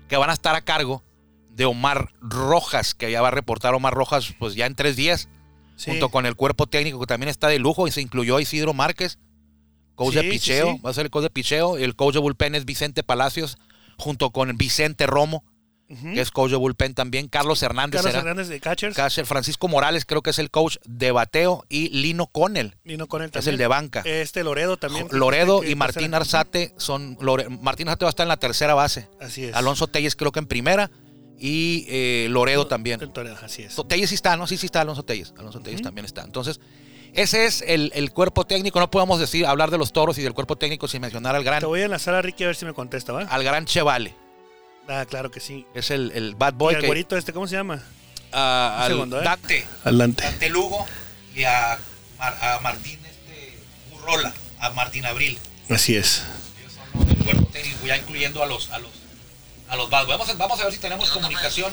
[SPEAKER 2] que van a estar a cargo de Omar Rojas, que ya va a reportar Omar Rojas pues ya en tres días,
[SPEAKER 1] Sí.
[SPEAKER 2] junto con el cuerpo técnico que también está de lujo y se incluyó a Isidro Márquez, coach
[SPEAKER 1] Sí,
[SPEAKER 2] de
[SPEAKER 1] sí,
[SPEAKER 2] picheo,
[SPEAKER 1] sí.
[SPEAKER 2] va a ser el coach de picheo, y el coach de bullpen es Vicente Palacios, junto con Vicente Romo,
[SPEAKER 1] Ujú.
[SPEAKER 2] que es coach de bullpen también, Carlos Hernández
[SPEAKER 1] Carlos
[SPEAKER 2] será.
[SPEAKER 1] Hernández de Catchers.
[SPEAKER 2] Cáceres, Francisco Morales creo que es el coach de bateo y Lino Connell
[SPEAKER 1] Vino con él
[SPEAKER 2] es
[SPEAKER 1] también.
[SPEAKER 2] el de banca.
[SPEAKER 1] Este Loredo también.
[SPEAKER 2] Loredo
[SPEAKER 1] Que- que-
[SPEAKER 2] y Martín
[SPEAKER 1] tercera.
[SPEAKER 2] Arzate son Lore- Martín Arzate va a estar en la tercera base.
[SPEAKER 1] Así es.
[SPEAKER 2] Alonso Telles creo que en primera y eh, Loredo también.
[SPEAKER 1] El Toledo, así es.
[SPEAKER 2] So- Telles sí está, ¿no? Sí, sí está Alonso Telles. Alonso Telles también está. Entonces, ese es el, el cuerpo técnico. No podemos decir, hablar de los toros y del cuerpo técnico sin mencionar al gran,
[SPEAKER 1] Te voy a enlazar a Ricky a ver si me contesta, ¿va?
[SPEAKER 2] al gran Chevale.
[SPEAKER 1] Ah, claro que sí.
[SPEAKER 2] Es el, el bad
[SPEAKER 1] Y
[SPEAKER 2] boy
[SPEAKER 1] el
[SPEAKER 2] que
[SPEAKER 1] güerito este, ¿cómo se llama?
[SPEAKER 2] a-
[SPEAKER 1] Un
[SPEAKER 2] al
[SPEAKER 1] segundo, ¿eh?
[SPEAKER 2] Dante.
[SPEAKER 1] Adelante.
[SPEAKER 2] Dante Lugo y a, Mar- a Martín este, Urrola, a Martín Abril.
[SPEAKER 1] Así es.
[SPEAKER 2] Ellos son los del cuerpo técnico, ya incluyendo a los a los a los Bad Boys. Vamos a, vamos a ver si tenemos comunicación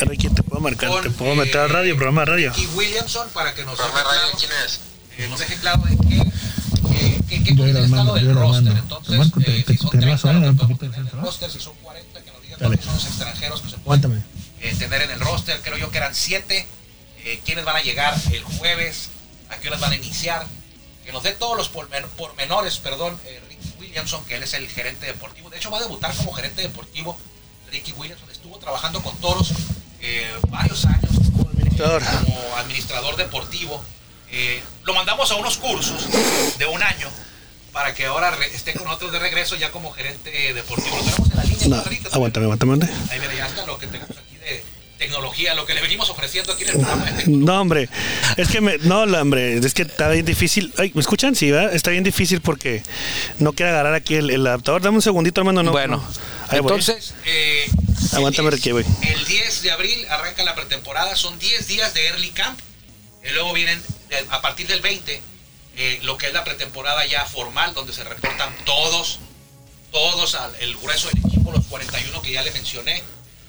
[SPEAKER 1] Ricky, te puedo marcar,
[SPEAKER 2] Con,
[SPEAKER 1] te puedo meter a radio,
[SPEAKER 2] eh,
[SPEAKER 1] programa de radio.
[SPEAKER 2] y Williamson para que nos deje
[SPEAKER 5] Programa de radio,
[SPEAKER 2] claro,
[SPEAKER 5] ¿quién es?
[SPEAKER 2] eh, nos deje claro de qué eh, qué- qué
[SPEAKER 6] Yo
[SPEAKER 2] es el
[SPEAKER 6] era
[SPEAKER 2] estado
[SPEAKER 6] Armando, yo
[SPEAKER 2] del
[SPEAKER 6] era
[SPEAKER 2] roster.
[SPEAKER 6] Armando.
[SPEAKER 2] Entonces,
[SPEAKER 6] Armando, te-
[SPEAKER 2] eh,
[SPEAKER 6] te-
[SPEAKER 2] si son
[SPEAKER 6] tenías
[SPEAKER 2] 30,
[SPEAKER 6] ahora
[SPEAKER 2] que
[SPEAKER 6] un
[SPEAKER 2] podemos
[SPEAKER 6] poquito de
[SPEAKER 2] tener en el
[SPEAKER 6] centro, ¿no?
[SPEAKER 2] roster, si son 40, que nos digan
[SPEAKER 6] Dale.
[SPEAKER 2] cuáles son los extranjeros que se pueden
[SPEAKER 6] Aguántame.
[SPEAKER 2] eh, tener en el roster. Creo yo que eran siete. Eh, ¿Quiénes van a llegar el jueves? ¿A qué horas van a iniciar? Que nos dé todos los pormen- pormenores, perdón, eh, Ricky Williamson, que él es el gerente deportivo. De hecho, va a debutar como gerente deportivo. Ricky Williamson estuvo trabajando con toros eh, varios años como administrador, como administrador deportivo. Eh, lo mandamos a unos cursos de un año para que ahora re- esté con nosotros de regreso ya como gerente deportivo. Lo tenemos en la línea.
[SPEAKER 1] No,
[SPEAKER 2] Rita,
[SPEAKER 1] aguántame, aguántame. aguántame.
[SPEAKER 2] Ahí mira, ya está lo que tenemos aquí de tecnología, lo que le venimos ofreciendo aquí en el programa.
[SPEAKER 1] No, hombre. Es que me, no, la- hombre, es que está bien difícil. Ay, ¿me escuchan? Sí, ¿verdad? Está bien difícil porque no quiero agarrar aquí el, el adaptador. Dame un segundito, hermano. No,
[SPEAKER 2] bueno,
[SPEAKER 1] no. Ahí voy.
[SPEAKER 2] entonces... eh,
[SPEAKER 1] Aguántame
[SPEAKER 2] el
[SPEAKER 1] aquí, güey.
[SPEAKER 2] El 10 de abril arranca la pretemporada, son 10 días de early camp. Y luego vienen, eh, a partir del 20, eh, lo que es la pretemporada ya formal, donde se reportan todos, todos al el grueso del equipo, los 41 que ya le mencioné.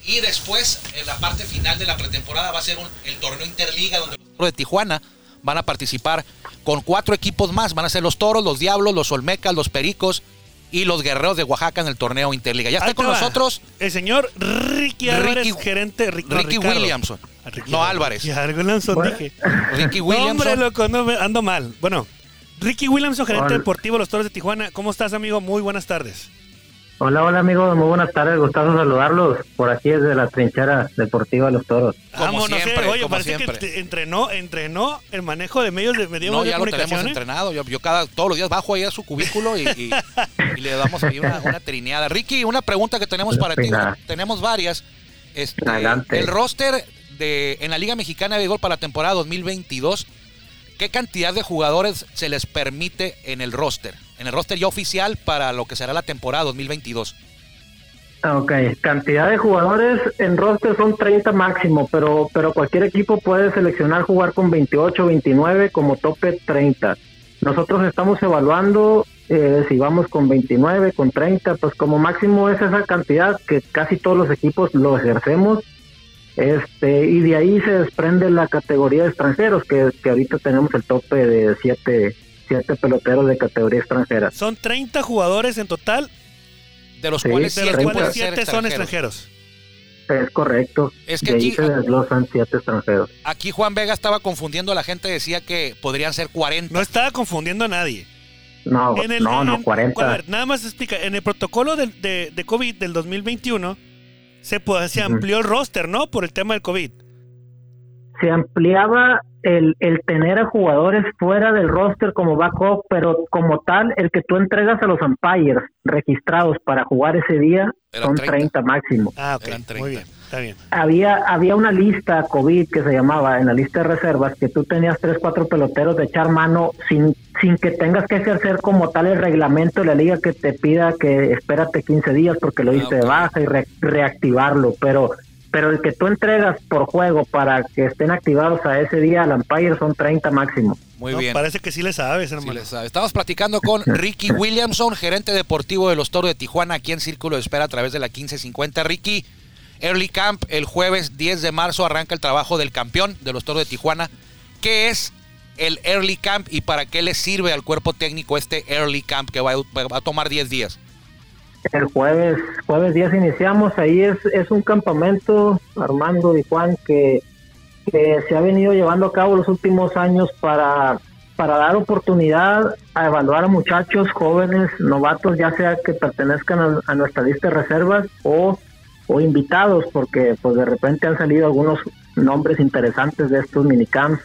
[SPEAKER 2] Y después, en la parte final de la pretemporada, va a ser un- el torneo Interliga, donde los toros de Tijuana van a participar con cuatro equipos más. Van a ser los toros, los diablos, los olmecas, los pericos y los guerreros de Oaxaca en el torneo Interliga. Ya
[SPEAKER 1] Ahí
[SPEAKER 2] está
[SPEAKER 1] te
[SPEAKER 2] con
[SPEAKER 1] va.
[SPEAKER 2] nosotros.
[SPEAKER 1] el señor Ricky Álvarez,
[SPEAKER 2] Ricky-
[SPEAKER 1] gerente Ric- no,
[SPEAKER 2] Ricky
[SPEAKER 1] Ricardo.
[SPEAKER 2] Williamson.
[SPEAKER 1] Ah, Ricky
[SPEAKER 2] No, Álvarez.
[SPEAKER 1] Ricky Williamson,
[SPEAKER 5] <laughs> Bueno.
[SPEAKER 1] dije.
[SPEAKER 2] Ricky
[SPEAKER 1] <laughs> No, hombre,
[SPEAKER 2] Williamson.
[SPEAKER 1] loco, no, me- ando mal. Bueno, Ricky Williamson, gerente
[SPEAKER 5] Hola.
[SPEAKER 1] deportivo de los Toros de Tijuana. ¿Cómo estás, amigo? Muy buenas tardes.
[SPEAKER 5] Hola, hola amigos, muy buenas tardes, gustazo saludarlos por aquí desde la trinchera deportiva Los Toros.
[SPEAKER 2] Como
[SPEAKER 1] Vámonos, eh.
[SPEAKER 2] siempre,
[SPEAKER 1] Oye,
[SPEAKER 2] como
[SPEAKER 1] parece
[SPEAKER 2] siempre.
[SPEAKER 1] que te- entrenó, entrenó el manejo de medios de, medios
[SPEAKER 2] No,
[SPEAKER 1] de
[SPEAKER 2] ya lo tenemos
[SPEAKER 1] comunicación. ¿eh?
[SPEAKER 2] entrenado. Yo, yo cada, todos los días bajo ahí a su cubículo y, y- y le damos ahí una, una trineada. Ricky, una pregunta que tenemos para ti.
[SPEAKER 5] Venga.
[SPEAKER 2] Tenemos varias. Este,
[SPEAKER 5] Adelante.
[SPEAKER 2] El roster de, en la Liga Mexicana de Béisbol para la temporada 2022, ¿qué cantidad de jugadores se les permite en el roster? En el roster ya oficial para lo que será la temporada 2022.
[SPEAKER 5] Ah, Ok, cantidad de jugadores en roster son 30 máximo, pero, pero cualquier equipo puede seleccionar jugar con 28, 29 como tope 30. Nosotros estamos evaluando eh, si vamos con 29, con 30, pues como máximo es esa cantidad que casi todos los equipos lo ejercemos. Este, y de ahí se desprende la categoría de extranjeros, que, que ahorita tenemos el tope de 7 siete peloteros de categoría extranjera.
[SPEAKER 1] Son 30 jugadores en total,
[SPEAKER 2] De los
[SPEAKER 5] Sí,
[SPEAKER 2] cuales
[SPEAKER 1] de los
[SPEAKER 2] siete pueden
[SPEAKER 1] cuales
[SPEAKER 2] ser
[SPEAKER 1] 7 son extranjeros.
[SPEAKER 5] Es correcto.
[SPEAKER 2] Es que
[SPEAKER 5] de ahí
[SPEAKER 2] aquí-
[SPEAKER 5] se desglosan 7 extranjeros.
[SPEAKER 2] Aquí Juan Vega estaba confundiendo a la gente, decía que podrían ser 40.
[SPEAKER 1] No estaba confundiendo a nadie.
[SPEAKER 5] No,
[SPEAKER 1] En el-
[SPEAKER 5] Pues, no,
[SPEAKER 1] en-
[SPEAKER 5] no,
[SPEAKER 1] a
[SPEAKER 5] 40.
[SPEAKER 1] ver, nada más explica. En el protocolo del- de, de COVID del 2021 se, po- se
[SPEAKER 5] Ujú.
[SPEAKER 1] amplió el roster, ¿no? Por el tema del COVID.
[SPEAKER 5] Se ampliaba el, el tener a jugadores fuera del roster como backup, pero como tal, el que tú entregas a los umpires registrados para jugar ese día
[SPEAKER 2] Eran
[SPEAKER 5] son
[SPEAKER 2] 30.
[SPEAKER 5] 30. máximo.
[SPEAKER 1] Ah, ok.
[SPEAKER 2] Eran 30.
[SPEAKER 1] Muy bien. Está bien.
[SPEAKER 5] Había, había una lista COVID que se llamaba en la lista de reservas que tú tenías tres, cuatro peloteros de echar mano sin, sin que tengas que ejercer como tal el reglamento de la liga que te pida que espérate 15 días porque lo
[SPEAKER 2] Ah,
[SPEAKER 5] diste
[SPEAKER 2] ok.
[SPEAKER 5] de baja y re- reactivarlo, pero pero el que tú entregas por juego para que estén activados a ese día al umpire son 30 máximo.
[SPEAKER 2] Muy
[SPEAKER 1] No,
[SPEAKER 2] bien.
[SPEAKER 1] Parece que sí le sabes,
[SPEAKER 2] Sí
[SPEAKER 1] hermano.
[SPEAKER 2] le sabe. Estamos platicando con Ricky Williamson, gerente deportivo de los Toros de Tijuana, aquí en Círculo de Espera a través de la 1550. Ricky, Early Camp, el jueves 10 de marzo arranca el trabajo del campeón de los Toros de Tijuana. ¿Qué es el Early Camp y para qué le sirve al cuerpo técnico este Early Camp que va a, va a tomar 10 días?
[SPEAKER 5] El jueves, jueves 10 iniciamos, ahí es, es un campamento, Armando y Juan, que, que se ha venido llevando a cabo los últimos años para, para dar oportunidad a evaluar a muchachos jóvenes, novatos, ya sea que pertenezcan a, a nuestra lista de reservas o, o invitados, porque pues de repente han salido algunos nombres interesantes de estos minicamps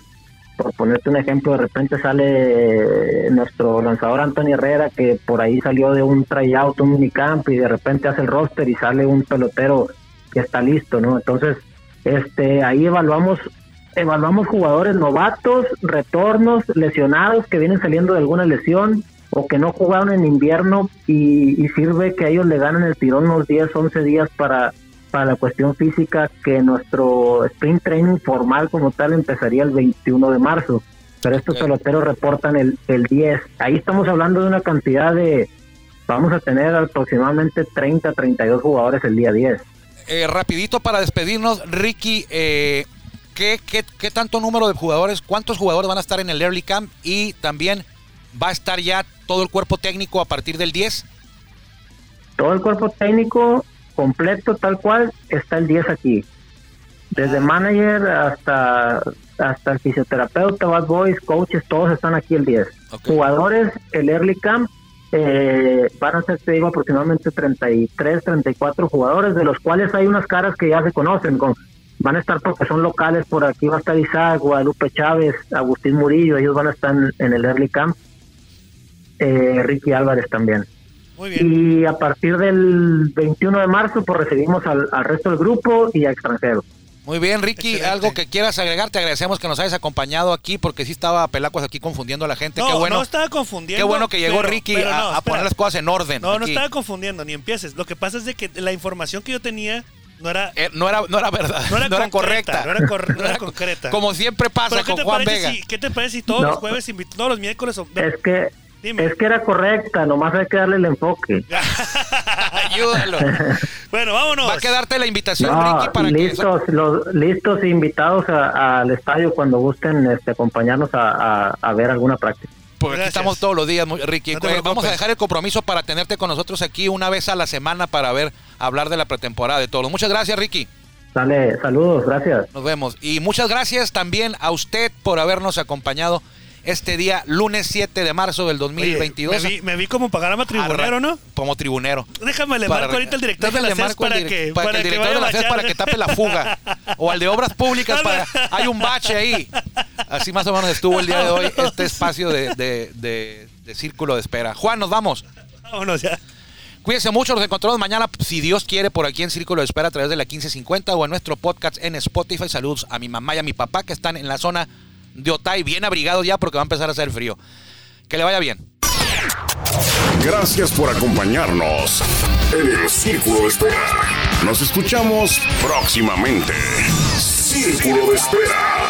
[SPEAKER 5] por ponerte un ejemplo, de repente sale nuestro lanzador Antonio Herrera, que por ahí salió de un tryout, un minicamp, y de repente hace el roster y sale un pelotero que está listo, ¿no? Entonces, este, ahí evaluamos, evaluamos jugadores novatos, retornos, lesionados, que vienen saliendo de alguna lesión o que no jugaron en invierno y, y sirve que a ellos le ganen el tirón unos 10, 11 días para, para la cuestión física que nuestro sprint training formal como tal empezaría el 21 de marzo. Pero estos
[SPEAKER 2] Ok.
[SPEAKER 5] peloteros reportan el, el 10. Ahí estamos hablando de una cantidad de... Vamos a tener aproximadamente 30, 32 jugadores el día 10.
[SPEAKER 2] Eh, rapidito para despedirnos, Ricky, eh, ¿qué, qué, qué tanto número de jugadores, cuántos jugadores van a estar en el Early Camp y también va a estar ya todo el cuerpo técnico a partir del 10?
[SPEAKER 5] Todo el cuerpo técnico completo, tal cual, está el 10 aquí. Desde manager hasta, hasta el fisioterapeuta, bad boys, coaches, todos están aquí el 10.
[SPEAKER 2] Ok.
[SPEAKER 5] Jugadores, el early camp, eh, van a ser, te digo, aproximadamente 33, 34 jugadores, de los cuales hay unas caras que ya se conocen. Con, van a estar porque son locales, por aquí va a estar Isaac, Guadalupe Chávez, Agustín Murillo, ellos van a estar en, en el early camp. Eh, Ricky Álvarez también.
[SPEAKER 1] Muy bien.
[SPEAKER 5] Y a partir del 21 de marzo, pues recibimos al, al resto del grupo y a extranjeros.
[SPEAKER 2] Muy bien, Ricky,
[SPEAKER 1] Excelente.
[SPEAKER 2] algo que quieras agregar, te agradecemos que nos hayas acompañado aquí porque sí estaba Pelacuas aquí confundiendo a la gente.
[SPEAKER 1] No,
[SPEAKER 2] qué bueno.
[SPEAKER 1] no estaba confundiendo.
[SPEAKER 2] Qué bueno que llegó
[SPEAKER 1] pero-
[SPEAKER 2] Ricky
[SPEAKER 1] pero
[SPEAKER 2] a-
[SPEAKER 1] no,
[SPEAKER 2] a, poner
[SPEAKER 1] espera.
[SPEAKER 2] las cosas en orden.
[SPEAKER 1] No, no
[SPEAKER 2] aquí.
[SPEAKER 1] estaba confundiendo, ni empieces. Lo que pasa es de que la información que yo tenía no era,
[SPEAKER 2] Eh, no, era, no era verdad, no era, correcta.
[SPEAKER 1] concreta, No era,
[SPEAKER 2] <laughs>
[SPEAKER 1] cor- no era concreta.
[SPEAKER 2] Como siempre pasa
[SPEAKER 1] Pero ¿qué
[SPEAKER 2] con
[SPEAKER 1] te,
[SPEAKER 2] Juan
[SPEAKER 1] parece
[SPEAKER 2] Vega.
[SPEAKER 1] si, ¿qué te parece si todos
[SPEAKER 5] No.
[SPEAKER 1] los jueves, invit- todos los miércoles... o- <laughs>
[SPEAKER 2] <laughs>
[SPEAKER 5] Es que,
[SPEAKER 1] Dime.
[SPEAKER 5] es que era correcta, nomás hay que darle el enfoque.
[SPEAKER 1] <laughs>
[SPEAKER 2] Ayúdalo.
[SPEAKER 1] Bueno, vámonos.
[SPEAKER 2] Va a quedarte la invitación,
[SPEAKER 5] No,
[SPEAKER 2] Ricky, para que.
[SPEAKER 5] listos, los, listos e invitados a- al estadio cuando gusten este, acompañarnos a, a- a ver alguna práctica.
[SPEAKER 2] Porque pues, aquí
[SPEAKER 1] Gracias.
[SPEAKER 2] estamos todos los días, mu- Ricky.
[SPEAKER 1] No te
[SPEAKER 2] Eh, vamos
[SPEAKER 1] preocupes.
[SPEAKER 2] a dejar el compromiso para tenerte con nosotros aquí una vez a la semana para ver, hablar de la pretemporada de todos. Muchas gracias, Ricky.
[SPEAKER 5] Sale, saludos, gracias.
[SPEAKER 2] Nos vemos. Y muchas gracias también a usted por habernos acompañado este día, lunes 7 de marzo del
[SPEAKER 1] Oye,
[SPEAKER 2] 2022.
[SPEAKER 1] me, vi, me vi como pagarama tribunero,
[SPEAKER 2] Arra-
[SPEAKER 1] ¿no?
[SPEAKER 2] Como tribunero.
[SPEAKER 1] Déjame le
[SPEAKER 2] Para-
[SPEAKER 1] marco ahorita al director de
[SPEAKER 2] déjale
[SPEAKER 1] la CES
[SPEAKER 2] marco al
[SPEAKER 1] para
[SPEAKER 2] direc-
[SPEAKER 1] que,
[SPEAKER 2] para que el director
[SPEAKER 1] vaya
[SPEAKER 2] de la
[SPEAKER 1] a
[SPEAKER 2] CES para que
[SPEAKER 1] bachear.
[SPEAKER 2] tape la fuga. O al de obras públicas para. Hay un bache ahí. Así más o menos estuvo el día de
[SPEAKER 1] <laughs>
[SPEAKER 2] hoy este espacio de, de- de- de círculo de espera. Juan, nos vamos.
[SPEAKER 1] <laughs> Vámonos ya.
[SPEAKER 2] Cuídense mucho, nos encontramos mañana, si Dios quiere, por aquí en Círculo de Espera a través de la 1550 o en nuestro podcast en Spotify. Saludos a mi mamá y a mi papá que están en la zona de Otay, bien abrigados ya porque va a empezar a hacer frío. Que le vaya bien.
[SPEAKER 4] Gracias por acompañarnos en el Círculo de Espera. Nos escuchamos próximamente. Círculo de Espera.